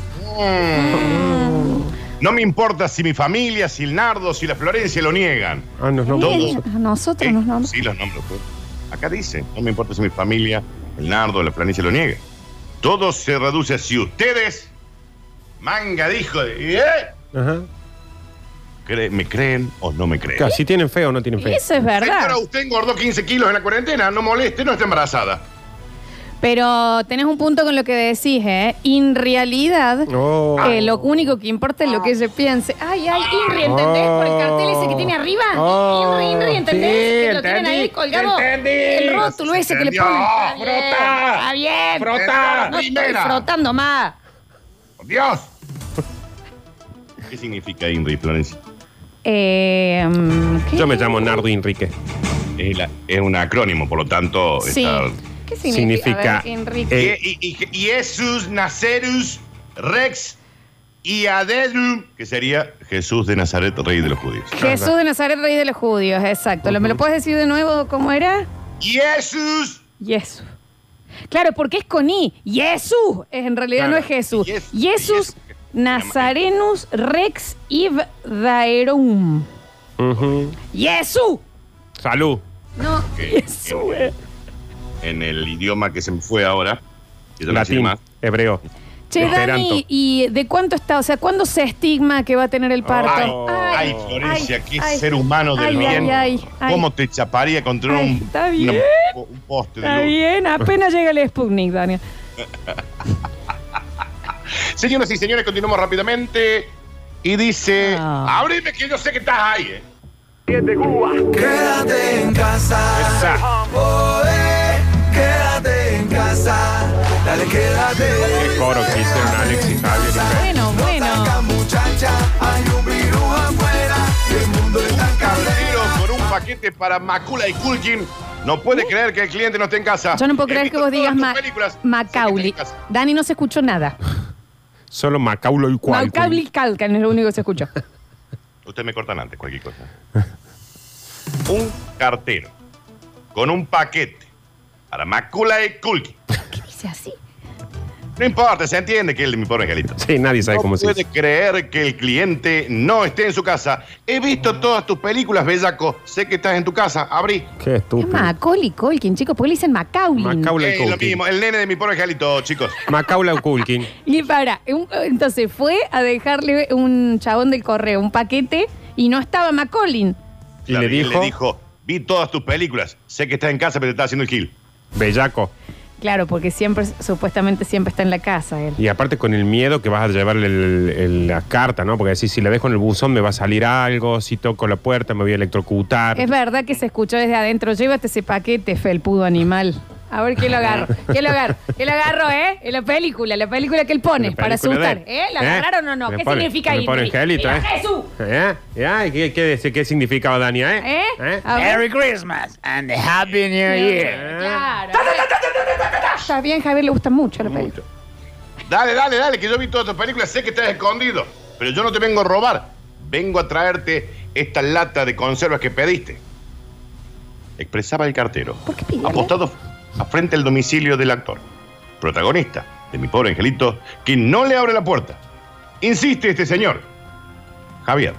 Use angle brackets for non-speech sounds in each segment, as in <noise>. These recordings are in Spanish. No me importa si mi familia, si el Nardo, si la Florencia lo niegan. Ah, nos nombró. Todos. A nosotros nos nombran. Sí, los nombres. pues. Acá dice, no me importa si mi familia, el nardo, la planicie lo niegue. Todo se reduce a si ustedes, manga dijo, Ajá. ¿Eh? me creen o no me creen. Claro, si tienen fe o no tienen fe. Eso es verdad. Ahora usted engordó 15 kilos en la cuarentena, no moleste, no está embarazada. Pero tenés un punto con lo que decís, ¿eh? En realidad, Oh. eh, lo único que importa es lo que se piense. Ay, ay, Inri, ¿entendés? Por el cartel ese que tiene arriba. Oh. Inri, Inri, ¿entendés? Sí, que lo tienen entendí, ahí colgado. entendí. El rótulo ese que le Entendió. ponen. Está bien, Está Frotá. bien. Frotá. No estoy Primera. frotando más. ¡Por Dios! ¿Qué significa Inri, Florencia? Eh, mm, ¿qué? Yo me llamo Nardo Enrique. Es, la- es un acrónimo, por lo tanto... Sí. está- ¿Qué significa? Significa- A ver, Enrique. Eh. Y, y- y- Jesús Nacerus Rex y Adedum, que sería Jesús de Nazaret, rey de los judíos. Jesús de Nazaret, rey de los judíos, exacto. ¿Lo- ¿Me lo puedes decir de nuevo cómo era? Jesús. Jesús. Claro, porque es con I. Jesús. Es- En realidad Claro. no es Jesús. Yes- Jesús Yes- Nazarenus Rex Iv Daerum. Ujú. Jesús. Salud. No, Que- Jesús. en, en el idioma que se me fue ahora, que yo no sé Latín. más. Hebreo. Che, Dani, Esperanto. ¿y de cuánto está? O sea, ¿cuándo se estigma que va a tener el parto? Oh. Ay, Florencia, qué ser humano del ay, bien. ay, ay, ay. ¿Cómo te chaparía contra Ay, un, está bien. una- un poste de Está luz? bien, apenas llega el Sputnik, Daniel. Señoras y señores, continuamos rápidamente. Y dice, Ah. ábreme que yo sé que estás ahí. eh". Quédate en casa, Esa. oh, eh, quédate en casa, dale quédate. Qué coro que hicieron Alex y Javier. Bueno, bueno. Saca muchacha, hay un virus afuera y el mundo está en Caballero, cabrera. por un paquete para Macula y Culkin. No puede creer que el cliente no esté en casa. Uh. Yo no puedo He creer que visto vos todas digas tus Ma- películas. Macaulay. Sé que está en casa. Dani no se escuchó nada. Solo Macaulo y Cual. Macaulay Calcan es lo único que se escuchó. Ustedes me cortan antes cualquier cosa. <laughs> un cartero con un paquete para Macula y Culkin. ¿Qué dice así? No importa, se entiende que es el de mi pobre angelito. Sí, nadie sabe No cómo se puede dice. creer que el cliente no esté en su casa. He visto todas tus películas, Bellaco. Sé que estás en tu casa. Abrí. Qué Es estúpido. Macaulay Culkin, chicos, porque le dicen Macaulay. Macaulay Es Eh, lo Culkin. mismo. El nene de mi pobre angelito, chicos. Macaulay Culkin. Y para, un- entonces fue a dejarle un chabón del correo, un paquete, y no estaba Macaulay. Y le dijo, vi todas tus películas, sé que estás en casa, pero te estás haciendo el kill. bellaco. Claro, porque siempre, supuestamente siempre está en la casa él. Y aparte con el miedo que vas a llevarle el- el- la carta, ¿no? Porque decís, si la dejo en el buzón me va a salir algo, si toco la puerta me voy a electrocutar. Es verdad que se escuchó desde adentro, llévate ese paquete, felpudo animal. A ver qué lo agarro. ¿Qué lo agarro? ¿Qué lo agarro, eh? En la película, la película que él pone La para película de asustar. él. ¿Eh? ¿La agarraron o no? Me ¿Qué pone- significa me pone Indri? angelito, ¡Mira, ¿eh? Jesús! ¿Eh? ¿Ya? ¿Y ¿Qué, qué, qué, significaba Dania, eh? ¿Eh? A ver. Merry Christmas and Happy New Eh. Year. Claro. Está bien, Javier le gusta mucho la película. Dale, dale, dale, que yo vi todas tus películas, sé que estás escondido, pero yo no te vengo a robar. Vengo a traerte esta lata de conservas que pediste. Expresaba el cartero, ¿Por qué pidió? apostado a frente al domicilio del actor, protagonista de mi pobre angelito, que no le abre la puerta. Insiste este señor. Javier,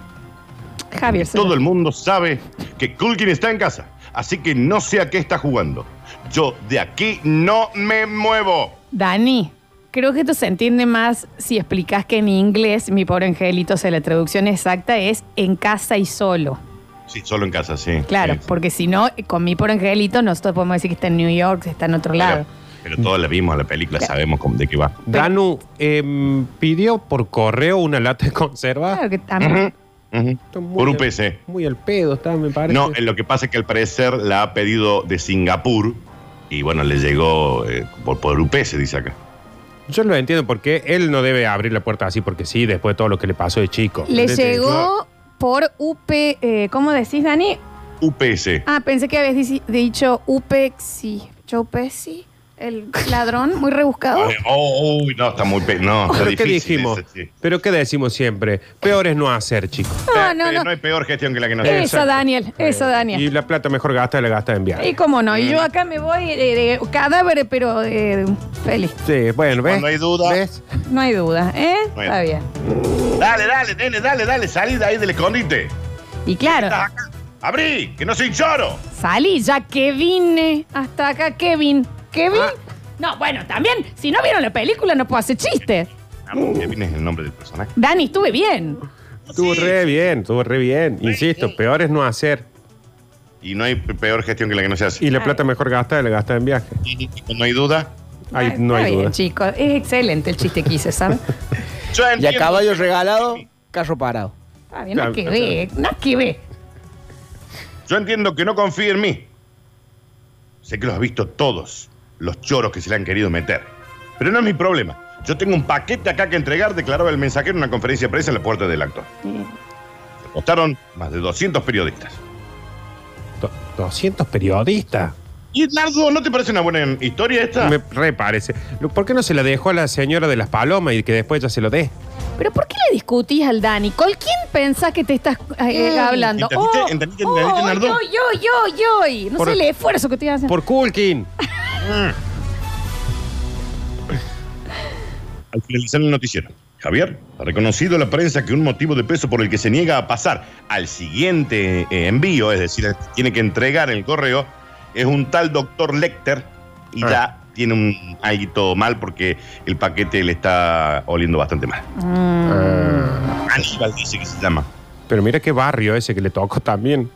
Javier, se todo el mundo sabe que Kulkin está en casa, así que no sé a qué está jugando. Yo de aquí no me muevo. Dani, creo que esto se entiende más si explicas que en inglés, mi pobre angelito, o sea, la traducción exacta es en casa y solo. Sí, solo en casa, sí. Claro, sí, sí. porque si no, con mi pobre angelito, nosotros podemos decir que está en New York, que está en otro lado. Pero, pero todos la vimos la película, sabemos cómo- de qué va. Danu em, pidió por correo una lata de conserva. Claro que también. Ujú. Está muy Por al- UPC. Muy al pedo está, me parece. No, eh, lo que pasa es que al parecer la ha pedido de Singapur y bueno, le llegó eh, por, por UPC, dice acá. Yo lo entiendo porque él no debe abrir la puerta así porque sí, después de todo lo que le pasó de chico. Le Entonces, llegó por UP, eh, ¿cómo decís, Dani? UPC. Ah, pensé que habías dici- dicho UPEXI. Chopesi, el ladrón, muy rebuscado. Eh, Oh, uy, no, está muy <laughs> pe- no, está ¿Pero qué difícil dijimos? ese, sí. ¿Pero qué decimos siempre? Peor es no hacer, chicos. No, Eh, no, pero no. hay peor gestión que la que nos Eso, Exacto. Daniel, eso, Y Daniel. la plata mejor gasta la gasta de enviar. Y cómo no, y yo acá me voy de, de cadáver, pero eh, feliz. Sí, bueno, ¿ves? Cuando hay duda. ¿Ves? No hay duda, ¿eh? Bueno. Está bien. Dale, dale, nene, dale, dale, salí de ahí del escondite. Y claro, Abrí, que no soy choro. salí ya que vine hasta acá, Kevin. ¿Kevin? Ah. No, bueno, también, si no vieron la película no puedo hacer chistes. Uh. Kevin es Ah, el nombre del personaje. Dani, estuve bien. Estuvo re bien, estuvo re bien. Insisto, peor es no hacer. Y no hay pe- peor gestión que la que no se hace. Y la plata mejor gasta de la gasta en viaje. Y cuando hay duda, Ahí Ah, no está hay bien, duda. chicos, es excelente el chiste que hice, ¿sabes? yo Y a entiendo- caballo regalado, carro parado. Está Ah, bien, no Claro, que claro. ve, no que ve. Yo entiendo que no confíe en mí. Sé que los has visto todos, los choros que se le han querido meter. Pero no es mi problema. Yo tengo un paquete acá que entregar, declaraba el mensajero en una conferencia de prensa en la puerta del actor. Se Postaron más de 200 periodistas. Do- 200 periodistas. Y Nardo, ¿no te parece una buena historia esta? Me re parece. Lo- ¿Por qué no se la dejó a la señora de las palomas y que después ya se lo dé? Pero ¿por qué le discutís al Dani? ¿Con quién pensás que te estás eh, hablando? oh, ¿Entendiste? ¿Entendiste? ¿Entendiste, Nardo? yo, yo, yo, yo. No Por- sé el esfuerzo que te hacen. Por Kulkin. Al finalizar el noticiero, Javier ha reconocido a la prensa que un motivo de peso por el que se niega a pasar al siguiente eh, envío, es decir, al que tiene que entregar el correo, es un tal doctor Lecter y Ah. ya tiene un algo mal porque el paquete le está oliendo bastante mal. Ah. Aníbal dice que se llama. Pero mira qué barrio ese que le tocó también.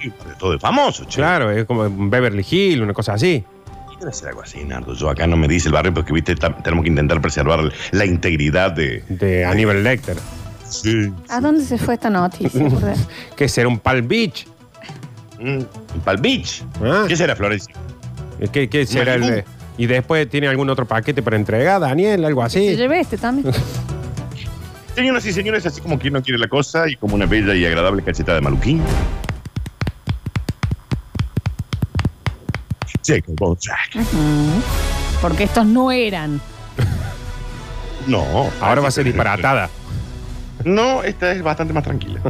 Y Todo es famoso, che. Claro, es como un Beverly Hill, una cosa así. Quiero hacer algo así, Nardo. Yo acá no me dice el barrio porque, viste, tam- tenemos que intentar preservar la integridad de... De Aníbal Lecter. Sí. ¿A dónde se fue esta noticia? Por- Que será un Palm Beach. Mm, Palm Beach. Ah. ¿Qué será, Florencia? ¿Qué, qué será el, Malibu. Y después tiene algún otro paquete para entregar, Daniel, algo Se así. llevé este <laughs> también. Señoras y señores, así como quien no quiere la cosa y como una bella y agradable cachetada de maluquín. Llega el Bojack. Porque estos no eran. No, Ahora va a ser disparatada. No, esta es bastante más tranquila.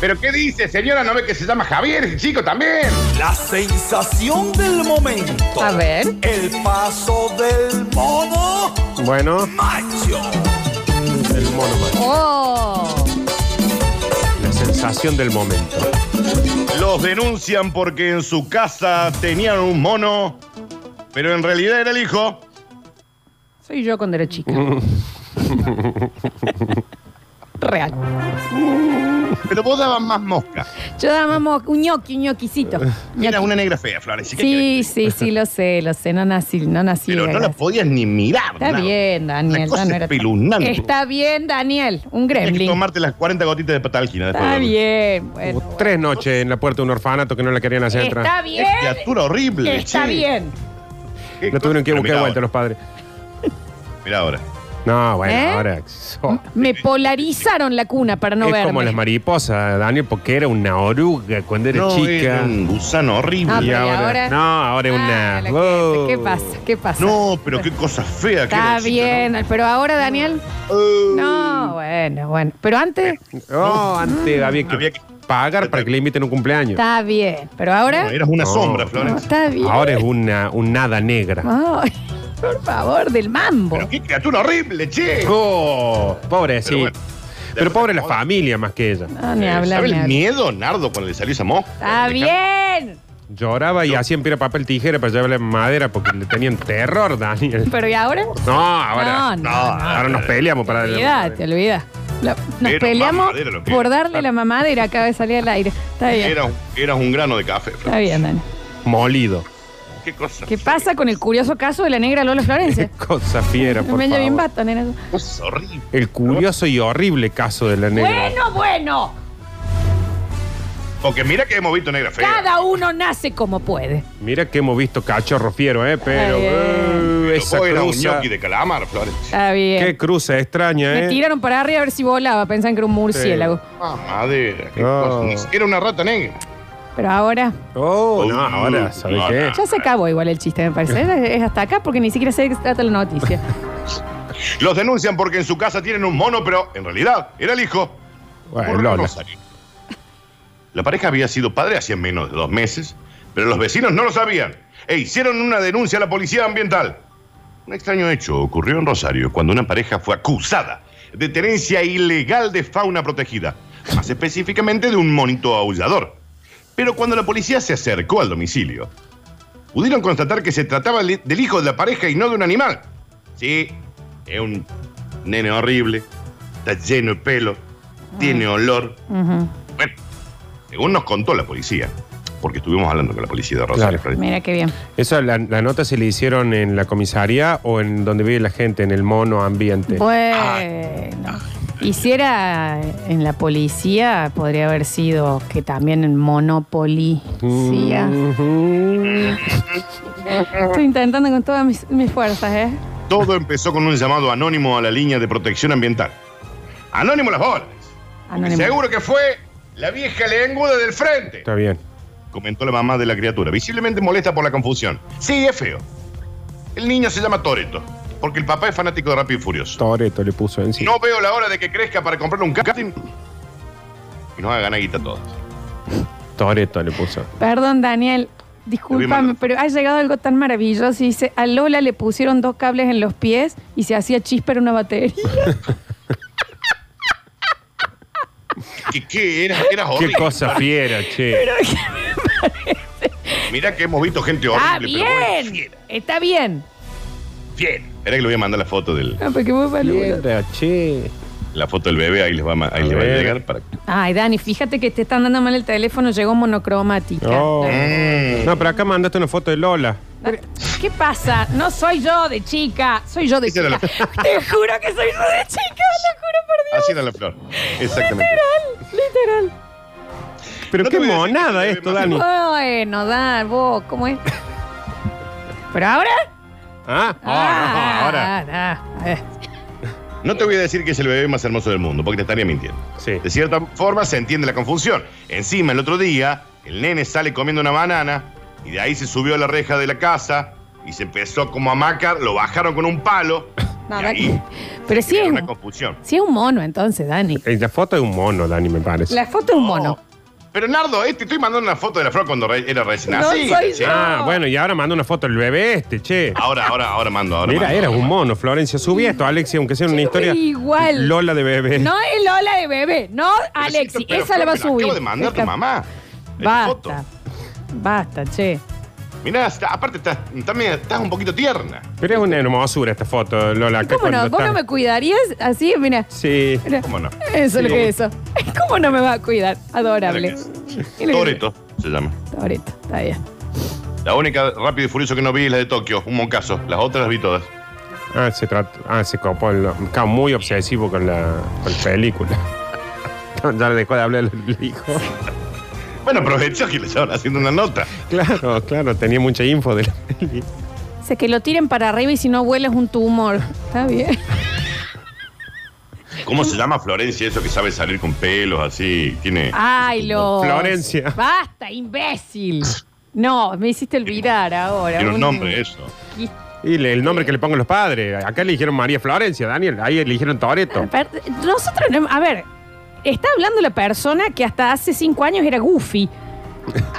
¿Pero qué dice, señora? ¿No ve que se llama Javier, el chico también? La sensación del momento. A ver. El paso del modo Bueno, macho. el mono, man. ¡Oh! la sensación del momento. Los denuncian porque en su casa tenían un mono, pero en realidad era el hijo. Soy yo cuando era <laughs> chica. Real. Pero vos dabas más mosca. Yo llamamos un ñoqui, un ñoquicito. Era Ñoqui. una negra fea, Florencia. ¿qué Sí, querés? sí, sí, lo sé, lo sé. No nací, no nací. Pero no la gracias. podías ni mirar. Está Nardo. bien, Daniel. Una cosa ya no era tan- espeluznante. Está bien, Daniel. Un Tienes que gremlin. tomarte las 40 gotitas de patalquina después. Está de- bien. Bueno, Hubo Tres noches en la puerta de un orfanato que no la querían hacer entrar. Está bien. Criatura horrible. Está che. bien. Qué Lo tuvieron que cosa. buscar de Pero vuelta los padres. Mira ahora. No, bueno, ¿Eh? ahora. so- Me polarizaron la cuna para no Oh. es verme. como las mariposas, Daniel, porque era una oruga cuando era No, chica. era un gusano horrible. Ah, pero- ¿y ahora? No, ahora es Ah, una. Oh. la que- Wow. ¿Qué pasa? ¿Qué pasa? No, pero qué cosa fea que Está era de chica, Oh, bien, pero ahora, Daniel. No, bueno, bueno. Pero antes, No, Oh, antes había que, Había que- pagar para que le inviten a un cumpleaños. está bien. Pero ¿no? ahora, Eras una No. sombra, no, Florencia. está bien. Ahora es una, un nada negra. Ay, por favor, del mambo. Pero qué criatura horrible, che. Oh, pobre, sí. Pero Pero, bueno. pobre la familia más que ella. No, Ah, ni Eh, hablar. ¿Sabe ni el hablar. miedo, Nardo, cuando le salió esa mosca? Está bien. Lloraba y hacían piedra, papel, tijera para llevarle madera porque le tenían terror, Daniel. Pero ¿y ahora? No, ahora. No, no, ahora nos peleamos para. Olvida, te olvida. La- nos Era peleamos mamadera lo que por era. darle la mamadera. Acaba de salir al aire. Está bien. Era, eras un grano de café, Florencia. Está bien, Dani. Molido. Qué cosa. ¿Qué pasa con el curioso caso de la negra Lola Florencia? <laughs> Cosa fiera, por Me llevo favor. invato, nena. Qué cosa horrible. El curioso y horrible caso de la negra. Bueno, bueno. Porque mira que hemos visto negra fea. Cada uno nace como puede. Mira que hemos visto cachorro fiero, ¿eh? Pero Ay, eh, Pero esa vos eras un cruza. ñoqui de calamar, Florencia. Está bien. Qué cruza extraña, Me ¿eh? tiraron para arriba a ver si volaba. Pensan que era un murciélago. Ah, madera, qué No. cosa. Ni siquiera una rata negra. Pero ahora Oh, no, ahora, Uh, ¿sabes no, qué? no. ya se acabó igual el chiste, me <laughs> parece. Es- Es hasta acá porque ni siquiera sé de qué se trata la noticia. Los denuncian porque en su casa tienen un mono, pero en realidad era el hijo. Bueno, Por Lola. Rosario. La pareja había sido padre hacía menos de dos meses, pero los vecinos no lo sabían e hicieron una denuncia a la policía ambiental. Un extraño hecho ocurrió en Rosario cuando una pareja fue acusada de tenencia ilegal de fauna protegida, más específicamente de un monito aullador. Pero cuando la policía se acercó al domicilio, pudieron constatar que se trataba li- del hijo de la pareja y no de un animal. Sí, es un nene horrible, está lleno de pelo, tiene olor. Ujú. Bueno, según nos contó la policía, porque estuvimos hablando con la policía de Rosario. Claro. Florencia. Mira qué bien. ¿Eso la, la nota se le hicieron en la comisaría o en donde vive la gente, en el mono ambiente? Ah, Bueno. Hiciera en la policía, podría haber sido que también en Monopoly. Mm. Mhm. Estoy intentando con todas mis, mis fuerzas, ¿eh? Todo empezó con un llamado anónimo a la línea de protección ambiental. Anónimo las bolas. porque Anónimo. Seguro que fue la vieja lenguda del frente. Está bien. comentó la mamá de la criatura, visiblemente molesta por la confusión. Sí, es feo. El niño se llama Toreto, porque el papá es fanático de Rápido y Furioso. Toreto le puso encima. No veo la hora de que crezca para comprarle un casting y nos haga ganar guita a todos. Toreto le puso. Perdón, Daniel. Discúlpame, mandar. pero ha llegado algo tan maravilloso. Y dice, a Lola le pusieron dos cables en los pies y se hacía chispa en una <laughs> batería. ¿Qué, qué? Era, era Qué horrible. cosa fiera, che. Mirá que hemos visto gente Está horrible. pero bueno, ¡Ah, bien. fiera, Está bien. fiera. Esperá que le voy a mandar la foto del, Ah, porque muy malo. Fiera, che. la foto del bebé, ahí les va, a ma- ahí A les va a ver. llegar. Para... Ay, Dani, fíjate que te están dando mal el teléfono. Llegó monocromática. Ah, Oh. Mm. No, pero acá mandaste una foto de Lola. ¿Qué pasa? No soy yo de chica. Soy yo de Esa era chica. <laughs> la- Te juro que soy yo de chica. Lo juro por Dios. Así era la flor. Exactamente. Literal. Pero No te qué voy a decir monada que se ve esto, más. Dani. Bueno, Dan, vos, ¿cómo <laughs> es? ¿Pero ahora? Ah, oh, no, ahora. ah, eh. No te voy a decir que es el bebé más hermoso del mundo, porque te estaría mintiendo. Sí. De cierta forma se entiende la confusión. Encima, el otro día, el nene sale comiendo una banana y de ahí se subió a la reja de la casa y se empezó como a macar, lo bajaron con <laughs> un palo. No, y da- ahí Pero sí sí, es, una confusión. sí es un mono entonces, Dani. Eh, La foto es un mono, Dani, me parece. La foto es un mono. Pero Nardo, este estoy mandando una foto de la flor cuando re- era recién No nacida, soy che. yo. Ah, bueno, y ahora manda una foto del bebé este, che. Ahora, ahora, ahora mando, ahora Mira, mando. era un mono, Florencia. Subí esto, Alexia, aunque sea una Sí, historia. igual. Lola de bebé. No es Lola de bebé, no Pero Alexi. sí, pero Esa la va a Flor, me subir. Acabo de mandar tu Esta- mamá. Esa foto. Basta. Basta, che. Mirá, está- aparte estás, estás media- estás un poquito tierna. Pero es una hermosura esta foto, Lola. acá ¿Cómo no? cuando ¿Vos está- no me cuidarías así? Mira. Sí. mira. ¿Cómo no? Eso es lo que es eso. <laughs> ¿Cómo no me va a cuidar? Adorable. Mira que- Toreto se llama. Toreto, está bien. La única rápido y furioso que no vi es la de Tokio, un moncazo. Las otras las vi todas. Ah, se trata. Ah, se copó. el- Está muy obsesivo con la, con la película. <laughs> ya le dejó de hablar el hijo. Bueno, aprovechó que le estaban haciendo una nota. Claro, claro, tenía mucha info de la peli. Dice que lo tiren para arriba y si no vuela es un tumor. <laughs> Está bien. ¿Cómo se llama Florencia eso que sabe salir con pelos así? Tiene. Ay, lo. Florencia. Basta, imbécil. No, me hiciste olvidar ahora. Tiene un Un- nombre eso. Y le- el nombre que le pongan los padres. Acá le dijeron María Florencia, Daniel. Ahí le dijeron Toreto. Per- Nosotros, no- a ver, está hablando la persona que hasta hace cinco años era Goofy.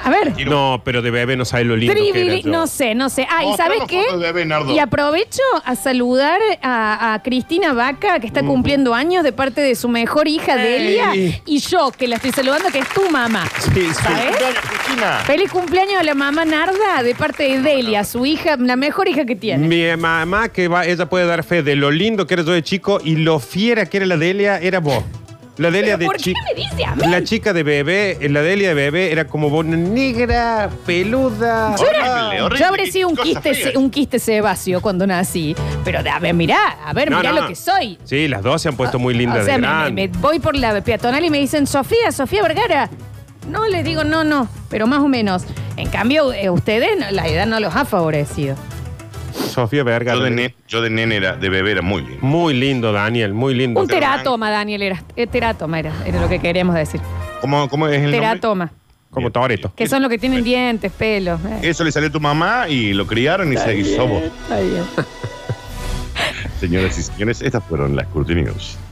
A ver, No, pero de bebé no sabe lo lindo que era trivili- yo. no sé, no sé. Ah, ¿y Mostrá sabes la qué? foto de bebé, Nardo. Y aprovecho a saludar a, a Cristina Vaca, que está cumpliendo años de parte de su mejor hija, Delia, y yo, que la estoy saludando, que es tu mamá. Sí, sí. ¿Sabes? Feliz cumpleaños a la mamá Narda de parte de Delia, su hija, la mejor hija que tiene. Mi mamá, que va, ella puede dar fe de lo lindo que era yo de chico y lo fiera que era la Delia, era vos. La ¿Pero Delia de por qué chico. me dice a mí? La chica de bebé, eh, la Delia de bebé era como vos, negra, peluda. Yo era- Ah. Horrible, horrible, Yo habré sido un qué quiste, cosas feas. se- un quiste sebáceo cuando nací. Pero a ver, mirá, a ver, No, mirá no. lo que soy. Sí, las dos se han puesto muy lindas Ah, O sea, de me- me, grande. me voy por la peatonal y me dicen, Sofía, Sofía Vergara. No, les digo, no, no, pero más o menos. En cambio, eh, ustedes, no, la edad no los ha favorecido. Sofía Verga. Yo de, ne- yo de nene era, de bebé era muy lindo. Muy lindo, Daniel, muy lindo. Un teratoma, Daniel, era. Eh, Teratoma era, era lo que queríamos decir. ¿Cómo, cómo es el nombre? Teratoma. Como Toreto. Que son los que tienen dientes, pelos. eh. Eso le salió a tu mamá y lo criaron y se guisó vos. <laughs> Está bien. Señoras y señores, estas fueron las Curti News.